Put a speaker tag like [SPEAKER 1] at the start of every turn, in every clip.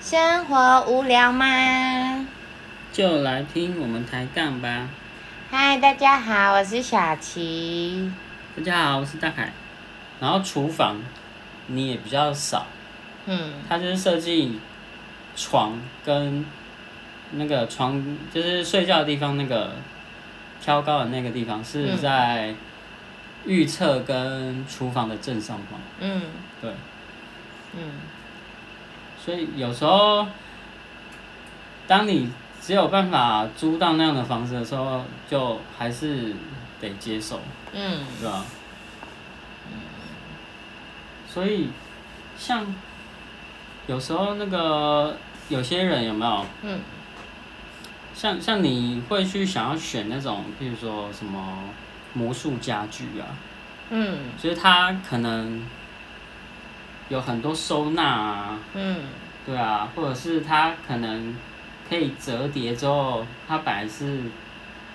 [SPEAKER 1] 生活无聊吗？
[SPEAKER 2] 就来听我们抬杠吧。
[SPEAKER 1] 嗨，大家好，我是小琪。
[SPEAKER 2] 大家好，我是大凯。然后厨房你也比较少，
[SPEAKER 1] 嗯，
[SPEAKER 2] 它就是设计床跟那个床，就是睡觉的地方那个挑高的那个地方是
[SPEAKER 1] 嗯
[SPEAKER 2] 在预测跟厨房的正上方。
[SPEAKER 1] 嗯
[SPEAKER 2] 对，
[SPEAKER 1] 嗯
[SPEAKER 2] 所以有时候，当你只有办法租到那样的房子的时候，就还是得接受，
[SPEAKER 1] 嗯
[SPEAKER 2] 对吧？嗯所以，像有时候那个有些人有没有？
[SPEAKER 1] 嗯
[SPEAKER 2] 像像你会去想要选那种，比如说什么魔术家具啊，
[SPEAKER 1] 嗯
[SPEAKER 2] 就是它可能有很多收纳啊，
[SPEAKER 1] 嗯
[SPEAKER 2] 对啊，或者是它可能可以折叠之后，它本来是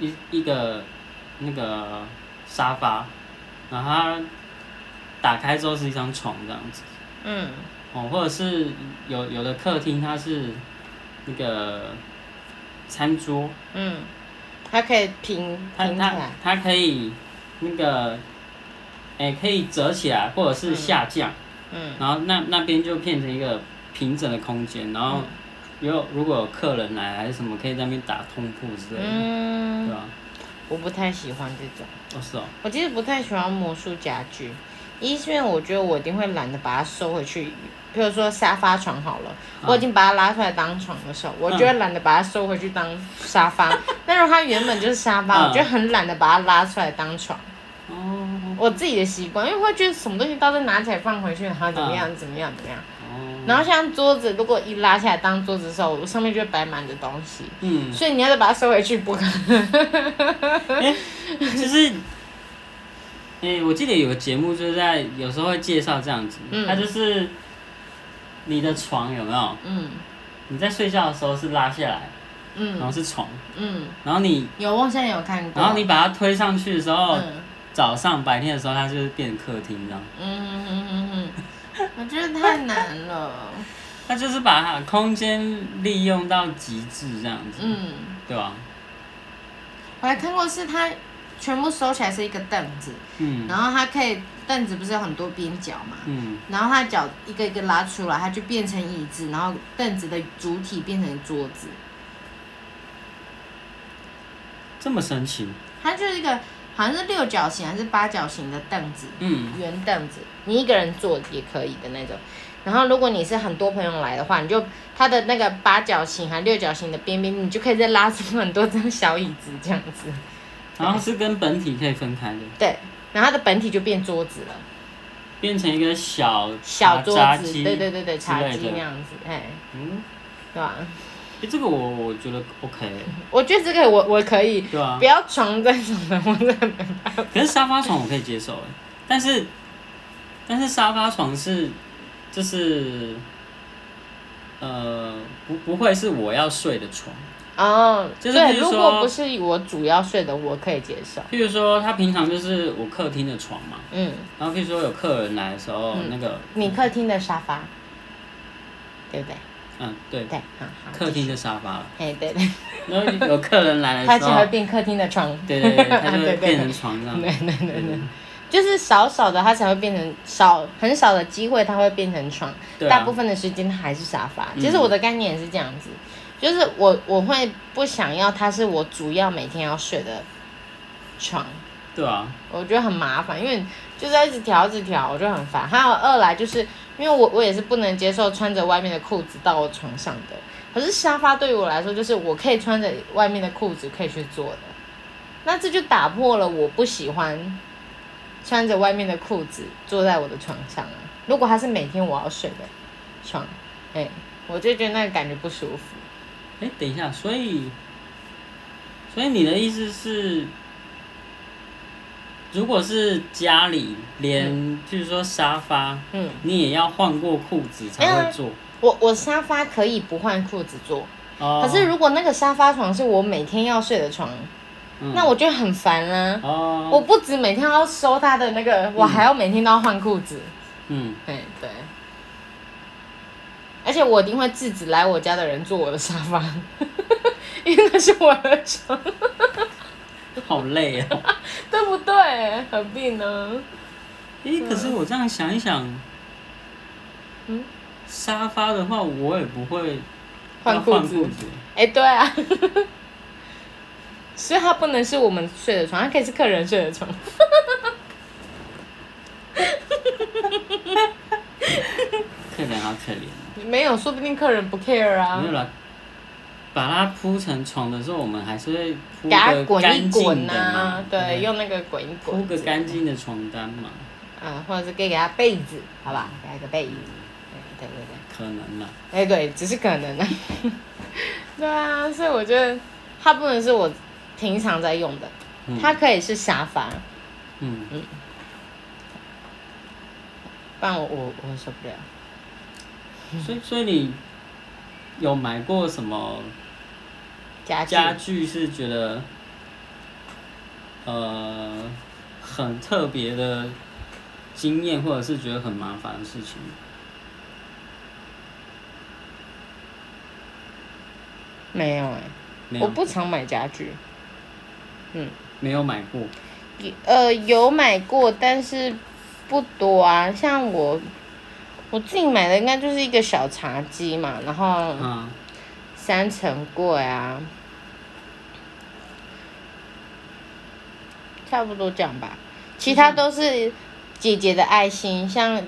[SPEAKER 2] 一一个那个沙发，然后它打开之后是一张床这样子，
[SPEAKER 1] 嗯
[SPEAKER 2] 哦，或者是有有的客厅它是那个餐桌，
[SPEAKER 1] 嗯，它可以平
[SPEAKER 2] 它
[SPEAKER 1] 平起
[SPEAKER 2] 它
[SPEAKER 1] 来。
[SPEAKER 2] 它可以那个，哎、可以折起来或者是下降，
[SPEAKER 1] 嗯
[SPEAKER 2] 然后那那边就变成一个平整的空间，然
[SPEAKER 1] 嗯
[SPEAKER 2] 后有如果有客人来还是什么，可以在那边打通铺之类的，对
[SPEAKER 1] 嗯，
[SPEAKER 2] 吧、
[SPEAKER 1] 我不太喜欢这种。
[SPEAKER 2] 哦，是哦，
[SPEAKER 1] 我其实不太喜欢魔术家具，一是因为我觉得我一定会懒得把它收回去。譬如说沙发床好了，
[SPEAKER 2] 啊
[SPEAKER 1] 我已经把它拉出来当床的时候，我就会懒得把它收回去当沙 发。但如果它原本就是沙发，
[SPEAKER 2] 嗯
[SPEAKER 1] 我就很懒得把它拉出来当床。
[SPEAKER 2] 哦
[SPEAKER 1] 我自己的习惯，因为会觉得什么东西到时候拿起来放回去，然后怎么
[SPEAKER 2] 啊
[SPEAKER 1] 样怎么样怎么样。
[SPEAKER 2] 哦，
[SPEAKER 1] 然后像桌子，如果一拉下来当桌子的时候，我上面就会摆满着东西，
[SPEAKER 2] 嗯，
[SPEAKER 1] 所以你要再把它收回去，不可 能。
[SPEAKER 2] 就是，哎、我记得有个节目就是在有时候会介绍这样子，
[SPEAKER 1] 嗯
[SPEAKER 2] 它就是你的床有没有？
[SPEAKER 1] 嗯
[SPEAKER 2] 你在睡觉的时候是拉下来，然
[SPEAKER 1] 嗯
[SPEAKER 2] 后是床，
[SPEAKER 1] 嗯，
[SPEAKER 2] 然后你
[SPEAKER 1] 有，我现在有看过。
[SPEAKER 2] 然后你把它推上去的时候，
[SPEAKER 1] 哦嗯
[SPEAKER 2] 早上白天的时候它就是变客厅这样，
[SPEAKER 1] 嗯嗯嗯嗯，嗯，我觉得太难了。
[SPEAKER 2] 它就是把它空间利用到极致这样子，
[SPEAKER 1] 嗯，
[SPEAKER 2] 对吧？
[SPEAKER 1] 我还看过是它全部收起来是一个凳子，
[SPEAKER 2] 嗯
[SPEAKER 1] 然后它可以凳子不是有很多边角嘛，
[SPEAKER 2] 嗯
[SPEAKER 1] 然后它脚一个一个拉出来，它就变成椅子，然后凳子的主体变成桌子，
[SPEAKER 2] 这么神奇，
[SPEAKER 1] 它就是一个好像是六角形还是八角形的凳子，
[SPEAKER 2] 嗯
[SPEAKER 1] 圆凳子，你一个人坐也可以的那种。然后如果你是很多朋友来的话，你就它的那个八角形还六角形的边边，你就可以再拉出很多张小椅子这样子。
[SPEAKER 2] 然后是跟本体可以分开的，
[SPEAKER 1] 对，然后它的本体就变桌子了，
[SPEAKER 2] 变成一个小
[SPEAKER 1] 小桌
[SPEAKER 2] 茶
[SPEAKER 1] 子，
[SPEAKER 2] 几
[SPEAKER 1] 对对对对，
[SPEAKER 2] 之
[SPEAKER 1] 茶
[SPEAKER 2] 类
[SPEAKER 1] 几
[SPEAKER 2] 的
[SPEAKER 1] 那样子，哎，
[SPEAKER 2] 嗯，
[SPEAKER 1] 对啊吧？
[SPEAKER 2] 诶这个我我觉得 OK，
[SPEAKER 1] 我觉得这个我我可以，
[SPEAKER 2] 对啊
[SPEAKER 1] 不，要床这种的，我真的没办法。
[SPEAKER 2] 可是沙发床我可以接受诶，但是但是沙发床是就是呃不不会是我要睡的床。
[SPEAKER 1] 哦，
[SPEAKER 2] 就是
[SPEAKER 1] 对，
[SPEAKER 2] 比如
[SPEAKER 1] 如
[SPEAKER 2] 说
[SPEAKER 1] 果不是我主要睡的，我可以接受。
[SPEAKER 2] 譬如说，他平常就是我客厅的床嘛，
[SPEAKER 1] 嗯，
[SPEAKER 2] 然后譬如说有客人来的时候，那个，
[SPEAKER 1] 你客厅的沙发，对不对？
[SPEAKER 2] 嗯，对，
[SPEAKER 1] 对，好好。
[SPEAKER 2] 客厅的沙发了，
[SPEAKER 1] 哎，对对，
[SPEAKER 2] 然后有客人来
[SPEAKER 1] 它
[SPEAKER 2] 的
[SPEAKER 1] 就
[SPEAKER 2] 时
[SPEAKER 1] 会
[SPEAKER 2] 候，
[SPEAKER 1] 变客厅的床。
[SPEAKER 2] 对对对， 它就
[SPEAKER 1] 对对
[SPEAKER 2] 会变成嗯床这样，
[SPEAKER 1] 对对对
[SPEAKER 2] 对
[SPEAKER 1] 对，就是少少的，它才会变成少很少的机会，它会变成床。
[SPEAKER 2] 对啊
[SPEAKER 1] 大部分的时间它还是沙发。
[SPEAKER 2] 嗯
[SPEAKER 1] 其实我的概念也是这样子，就是我我会不想要它是我主要每天要睡的床，
[SPEAKER 2] 对啊，
[SPEAKER 1] 我觉得很麻烦，因为就是要一直调一直调，我就很烦。还有二来就是因为我我也是不能接受穿着外面的裤子到我床上的，可是沙发对于我来说就是我可以穿着外面的裤子可以去做的，那这就打破了我不喜欢穿着外面的裤子坐在我的床上啊。如果它是每天我要睡的床，哎、我就觉得那个感觉不舒服。
[SPEAKER 2] 哎，等一下，所以，所以你的意思是，如果是家里连，譬如说沙发，
[SPEAKER 1] 嗯，
[SPEAKER 2] 你也要换过裤子才
[SPEAKER 1] 没有啊
[SPEAKER 2] 会坐，
[SPEAKER 1] 我我沙发可以不换裤子坐，
[SPEAKER 2] 哦，
[SPEAKER 1] 可是如果那个沙发床是我每天要睡的床，
[SPEAKER 2] 嗯
[SPEAKER 1] 那我就很烦啦、我
[SPEAKER 2] 哦，
[SPEAKER 1] 不止每天要收他的
[SPEAKER 2] 嗯
[SPEAKER 1] 那个，我还要每天都要换裤子。
[SPEAKER 2] 嗯，
[SPEAKER 1] 哎、对，而且我一定会制止来我家的人坐我的沙发， 因为那是我的床，
[SPEAKER 2] 好累啊！
[SPEAKER 1] 对不对？何必呢？
[SPEAKER 2] 诶、可是我这样想一想，
[SPEAKER 1] 嗯，
[SPEAKER 2] 沙发的话我也不会
[SPEAKER 1] 换
[SPEAKER 2] 要
[SPEAKER 1] 裤
[SPEAKER 2] 换
[SPEAKER 1] 子
[SPEAKER 2] 裤子，
[SPEAKER 1] 哎、对啊， 所以它不能是我们睡的床，它可以是客人睡的床。
[SPEAKER 2] 客人好可怜哦。
[SPEAKER 1] 没有，说不定客人不 care 啊
[SPEAKER 2] 没有。啦，把它铺成床的时候，我们还是会铺
[SPEAKER 1] 给它
[SPEAKER 2] 个
[SPEAKER 1] 滚一
[SPEAKER 2] 干净
[SPEAKER 1] 滚
[SPEAKER 2] 的
[SPEAKER 1] 啊
[SPEAKER 2] 嘛，，
[SPEAKER 1] 对，
[SPEAKER 2] 不
[SPEAKER 1] 用那个滚一滚，
[SPEAKER 2] 铺个干，净的床单嘛，
[SPEAKER 1] 嗯，或者是可以给它被子，好吧，给它一个被子，对对对对。
[SPEAKER 2] 可能啦。
[SPEAKER 1] 哎、对，只是可 能啊。对啊，所以我觉得它不能是我平常在用的，
[SPEAKER 2] 嗯
[SPEAKER 1] 它可以是沙发，
[SPEAKER 2] 嗯，
[SPEAKER 1] 不然我我我会受不了。
[SPEAKER 2] 所以所以你有买过什么
[SPEAKER 1] 家具，
[SPEAKER 2] 家具是觉得呃很特别的经验，或者是觉得很麻烦的事情？
[SPEAKER 1] 没有哎、
[SPEAKER 2] 没
[SPEAKER 1] 我
[SPEAKER 2] 有，
[SPEAKER 1] 不常买家具。
[SPEAKER 2] 没有买过。
[SPEAKER 1] 呃，有买过，但是不多啊。像我，我自己买的应该就是一个小茶几嘛，然后
[SPEAKER 2] 嗯，
[SPEAKER 1] 三层柜啊，差不多这样吧。其他都是姐姐的爱心，像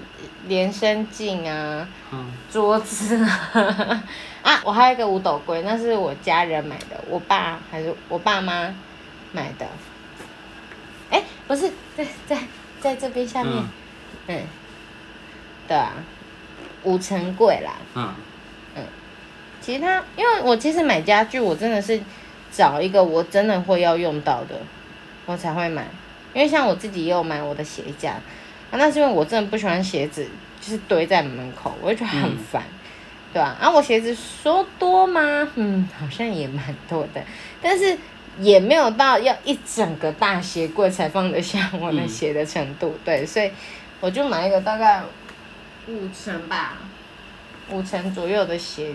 [SPEAKER 1] 连身镜啊、
[SPEAKER 2] 嗯，
[SPEAKER 1] 桌子啊， 啊，我还有一个五斗柜，那是我家人买的，我爸还是我爸妈买的。哎、不是，在在在这边下面，
[SPEAKER 2] 嗯
[SPEAKER 1] 嗯，对啊，五层柜啦。
[SPEAKER 2] 嗯，
[SPEAKER 1] 其他，因为我其实买家具，我真的是找一个我真的会要用到的，我才会买。因为像我自己也有买我的鞋架，啊，那是因为我真的不喜欢鞋子就是堆在门口，我就觉得很
[SPEAKER 2] 嗯
[SPEAKER 1] 烦，对吧、啊？我鞋子说多吗？嗯，好像也蛮多的，但是也没有到要一整个大鞋柜才放得下我的
[SPEAKER 2] 嗯
[SPEAKER 1] 鞋的程度，对，所以我就买一个大概五层吧，五层左右的鞋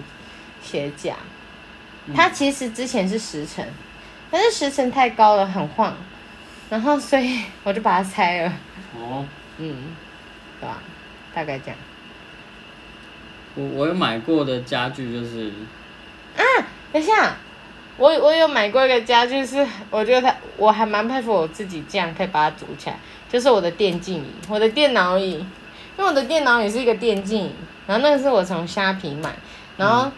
[SPEAKER 1] 鞋架，它其实之前是十层，但是十层太高了，很晃，然后所以我就把它拆了，
[SPEAKER 2] 哦。
[SPEAKER 1] 嗯，对吧、大概这样。
[SPEAKER 2] 我我有买过的家具就是，
[SPEAKER 1] 等一下，我我有买过一个家具是，我觉得它我还蛮佩服我自己，这样可以把它组起来，就是我的电竞椅，我的电脑椅，因为我的电脑也是一个电竞椅，然后那个是我从虾皮买，然后、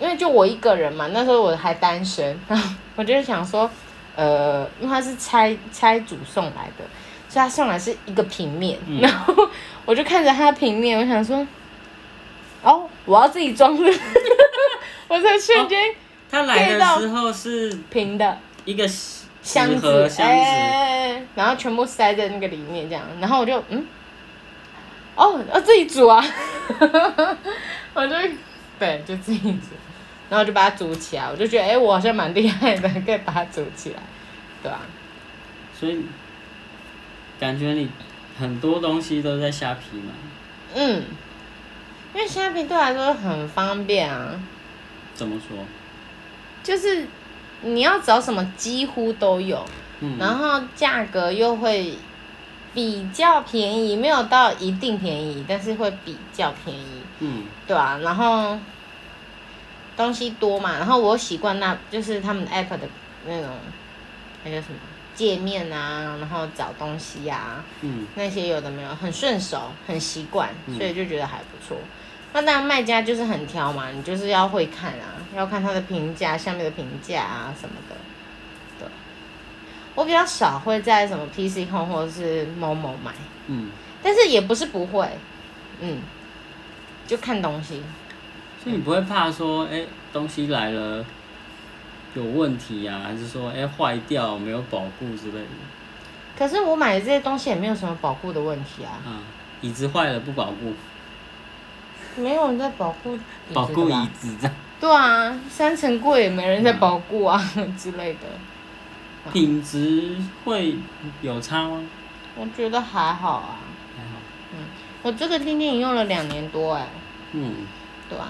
[SPEAKER 1] 因为就我一个人嘛，那时候我还单身， 然后我就是想说，呃，因为它是拆拆组送来的，所以它送来是一个平面，
[SPEAKER 2] 嗯
[SPEAKER 1] 然后我就看着它的平面，我想说，哦，我要自己装的， 我才瞬间
[SPEAKER 2] 它来
[SPEAKER 1] 可以到
[SPEAKER 2] 的时候是
[SPEAKER 1] 平的。
[SPEAKER 2] 一个纸
[SPEAKER 1] 箱
[SPEAKER 2] 纸
[SPEAKER 1] 子
[SPEAKER 2] 盒，箱子，
[SPEAKER 1] 哎然后全部塞在那个里面这样，然后我就嗯，哦，要自己煮啊， 我就对，就自己煮，然后就把它煮起来，我就觉得哎、我好像蛮厉害的，可以把它煮起来，对吧、
[SPEAKER 2] 所以感觉你很多东西都在虾皮买，
[SPEAKER 1] 嗯，因为虾皮对我来说很方便啊，
[SPEAKER 2] 怎么说？
[SPEAKER 1] 就是你要找什么几乎都有，
[SPEAKER 2] 嗯，
[SPEAKER 1] 然后价格又会比较便宜，没有到一定便宜，但是会比较便宜，
[SPEAKER 2] 嗯
[SPEAKER 1] 对啊，然后东西多嘛，然后我习惯那就是他们的 app 的那种那叫什么界面啊，然后找东西啊呀、
[SPEAKER 2] 嗯
[SPEAKER 1] 那些有的没有，很顺手，很习惯，
[SPEAKER 2] 嗯
[SPEAKER 1] 所以就觉得还不错。那当然，卖家就是很挑嘛，你就是要会看啊，要看他的评价，下面的评价啊什么的。对，我比较少会在什么 PC Home 或者是某某买，
[SPEAKER 2] 嗯，
[SPEAKER 1] 但是也不是不会，嗯，就看东西。
[SPEAKER 2] 所以你不会怕说，哎、东西来了有问题呀、还是说，哎、坏掉没有保护之类的？
[SPEAKER 1] 可是我买的这些东西也没有什么保护的问题啊，
[SPEAKER 2] 啊，椅子坏了不保护，
[SPEAKER 1] 没有人在保护椅子
[SPEAKER 2] 保护
[SPEAKER 1] 的吧
[SPEAKER 2] 椅子这样，
[SPEAKER 1] 对啊，三层柜也没人
[SPEAKER 2] 嗯
[SPEAKER 1] 在保护啊、 之类的。啊
[SPEAKER 2] 品质会有差吗？
[SPEAKER 1] 我觉得还好啊，
[SPEAKER 2] 还好，
[SPEAKER 1] 我这个电电椅用了两年多哎、
[SPEAKER 2] 嗯，
[SPEAKER 1] 对啊，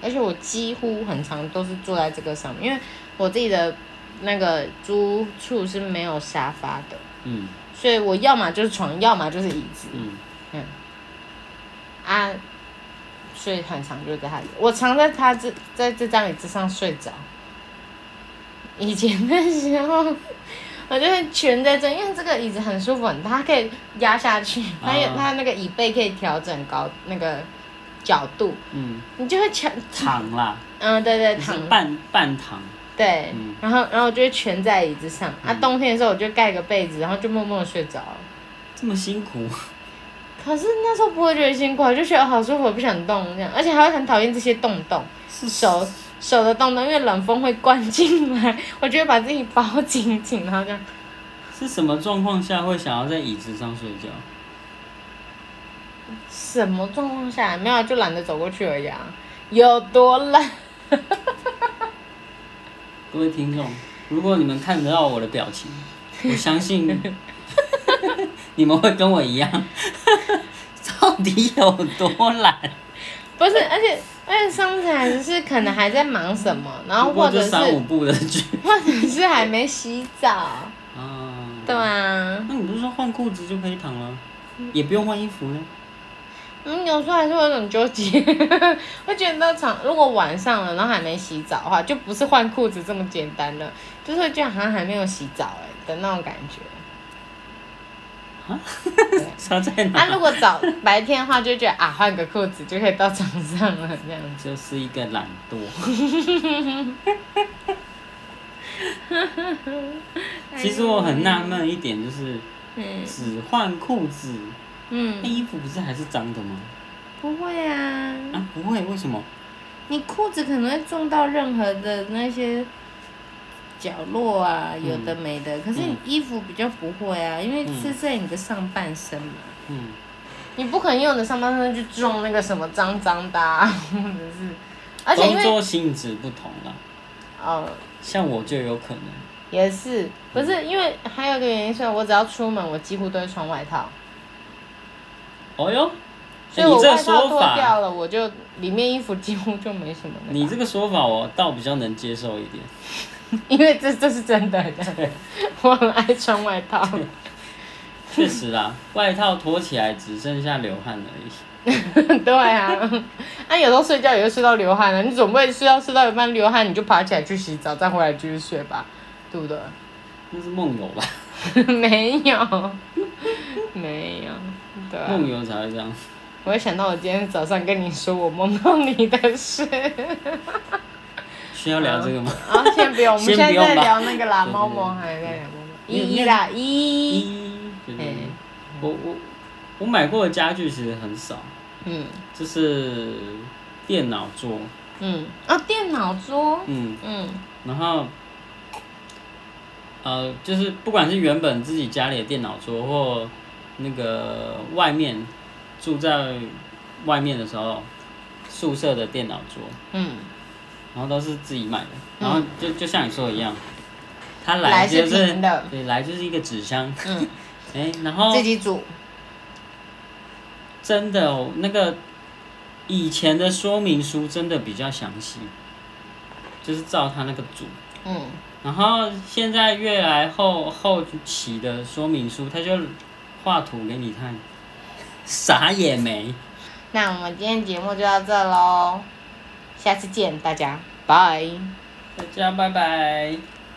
[SPEAKER 1] 而且我几乎很常都是坐在这个上面，因为我自己的那个租处是没有沙发的，
[SPEAKER 2] 嗯
[SPEAKER 1] 所以我要么就是床，要么就是椅子
[SPEAKER 2] 嗯，
[SPEAKER 1] 啊，所以很常就在他，我常在他这在这张椅子上睡着。以前的时候，我就会蜷在这，因为这个椅子很舒服，很大它可以压下去，它有
[SPEAKER 2] 啊
[SPEAKER 1] 它那个椅背可以调整高那个角度，
[SPEAKER 2] 嗯，
[SPEAKER 1] 你就会蜷
[SPEAKER 2] 躺啦，
[SPEAKER 1] 嗯，对对，
[SPEAKER 2] 就
[SPEAKER 1] 躺
[SPEAKER 2] 是半半躺，
[SPEAKER 1] 对，
[SPEAKER 2] 嗯
[SPEAKER 1] 然后然后我就会蜷在椅子上。啊，冬天的时候我就盖个被子，然后就默默地睡着了。
[SPEAKER 2] 这么辛苦，
[SPEAKER 1] 可是那时候不会觉得辛苦，就觉得好舒服，不想动这样，而且还会很讨厌这些洞洞，
[SPEAKER 2] 是
[SPEAKER 1] 手手的洞洞，因为冷风会灌进来，我就会把自己包紧紧，然后这样。
[SPEAKER 2] 是什么状况下会想要在椅子上睡觉？
[SPEAKER 1] 什么状况下没有啊，就懒得走过去而已啊，有多懒？
[SPEAKER 2] 各位听众，如果你们看得到我的表 情，我相信 你们会跟我一样， 到底有多懒？
[SPEAKER 1] 不是，而且而且上次还是可能还在忙什么，然后
[SPEAKER 2] 不过
[SPEAKER 1] 或
[SPEAKER 2] 就
[SPEAKER 1] 者是
[SPEAKER 2] 三五步的剧
[SPEAKER 1] 或者是还没洗澡，
[SPEAKER 2] 啊。
[SPEAKER 1] 对啊。
[SPEAKER 2] 那你不是说换裤子就可以躺了，也不用换衣服呢？
[SPEAKER 1] 嗯，有时候还是会有种纠结， 会觉得长如果晚上了，然后还没洗澡的话，就不是换裤子这么简单了，就是会觉得好像还没有洗澡哎、的那种感觉。
[SPEAKER 2] 差在
[SPEAKER 1] 那、
[SPEAKER 2] 哪？
[SPEAKER 1] 啊如果早白天的话，就觉得啊换个裤子就可以到床上了这样子。
[SPEAKER 2] 就是一个懒 惰。其实我很纳闷一点，就是
[SPEAKER 1] 嗯
[SPEAKER 2] 只换裤子，那
[SPEAKER 1] 嗯，
[SPEAKER 2] 衣服不是还是脏的吗？
[SPEAKER 1] 不会啊，
[SPEAKER 2] 啊，不会，为什么？
[SPEAKER 1] 你裤子可能会撞到任何的那些角落啊，有的没的。可是你
[SPEAKER 2] 嗯
[SPEAKER 1] 衣服比较不会啊，因为
[SPEAKER 2] 嗯
[SPEAKER 1] 是在你的上半身嘛。
[SPEAKER 2] 嗯。
[SPEAKER 1] 你不可能用你的上半身去撞那个什么脏脏的、啊， 或者是，而且因
[SPEAKER 2] 工
[SPEAKER 1] 为
[SPEAKER 2] 作性质不同啦，
[SPEAKER 1] 哦
[SPEAKER 2] 像我就有可能，
[SPEAKER 1] 也是，不是因为还有一个原因是，啊我只要出门，我几乎都会穿外套，
[SPEAKER 2] 哦哟，
[SPEAKER 1] 所以
[SPEAKER 2] 哎
[SPEAKER 1] 我
[SPEAKER 2] 你这
[SPEAKER 1] 外
[SPEAKER 2] 个
[SPEAKER 1] 套
[SPEAKER 2] 说
[SPEAKER 1] 脱掉
[SPEAKER 2] 法，
[SPEAKER 1] 了，我就里面衣服几乎就没什么了吧。
[SPEAKER 2] 你这个说法我倒比较能接受一点，
[SPEAKER 1] 因为这这是真 的，我很爱穿外套，
[SPEAKER 2] 确实啦，外套脱起来只剩下流汗而已，
[SPEAKER 1] 对啊，啊有时候睡觉也会睡到流汗啊，你总不会睡到睡到一半流汗你就爬起来去洗澡，再回来继续睡吧，对不对？
[SPEAKER 2] 那是梦游吧？
[SPEAKER 1] 没有， 没有，对啊、
[SPEAKER 2] 梦游才会这样，
[SPEAKER 1] 我会想到我今天早上跟你说我梦到你的事。
[SPEAKER 2] 需要聊这个吗？
[SPEAKER 1] 啊，先不用，我们
[SPEAKER 2] 先
[SPEAKER 1] 现在
[SPEAKER 2] 不用吧
[SPEAKER 1] 在聊那个啦，
[SPEAKER 2] 对对对
[SPEAKER 1] 猫猫还在聊猫猫，
[SPEAKER 2] 你有
[SPEAKER 1] 依依啦，依依，
[SPEAKER 2] 一，对对对
[SPEAKER 1] 嗯
[SPEAKER 2] 我我我买过的家具其实很少，
[SPEAKER 1] 嗯
[SPEAKER 2] 就是电脑桌，
[SPEAKER 1] 嗯，啊，电脑桌，
[SPEAKER 2] 嗯，
[SPEAKER 1] 嗯
[SPEAKER 2] 然后，呃，就是不管是原本自己家里的电脑桌，或那个外面住在外面的时候，宿舍的电脑桌，
[SPEAKER 1] 嗯，
[SPEAKER 2] 然后都是自己买的，然后就就像你说的一样，他来
[SPEAKER 1] 来是
[SPEAKER 2] 就
[SPEAKER 1] 平的
[SPEAKER 2] 对，来就是一个纸箱，
[SPEAKER 1] 嗯，
[SPEAKER 2] 哎、然后
[SPEAKER 1] 自己煮，
[SPEAKER 2] 真的、哦、那个以前的说明书真的比较详细，就是照他那个组。
[SPEAKER 1] 嗯
[SPEAKER 2] 然后现在越来后后期的说明书，他就画图给你看， 啥也没。
[SPEAKER 1] 那我们今天节目就到这喽，下次见大家，拜。
[SPEAKER 2] 大家拜拜。